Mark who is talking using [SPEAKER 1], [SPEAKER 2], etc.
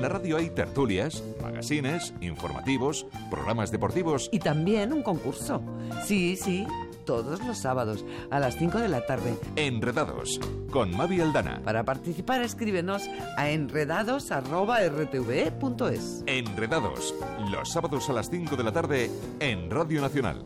[SPEAKER 1] la radio hay tertulias, magazines, informativos, programas deportivos.
[SPEAKER 2] Y también un concurso. Sí, sí, todos los sábados a las 5 de la tarde.
[SPEAKER 1] Enredados, con Mavi Aldana.
[SPEAKER 2] Para participar, escríbenos a enredados.rtve.es.
[SPEAKER 1] Enredados, los sábados a las 5 de la tarde en Radio Nacional.